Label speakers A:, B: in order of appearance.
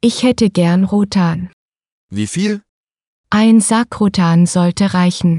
A: Ich hätte gern Rotan.
B: Wie viel?
A: Ein Sack Rotan sollte reichen.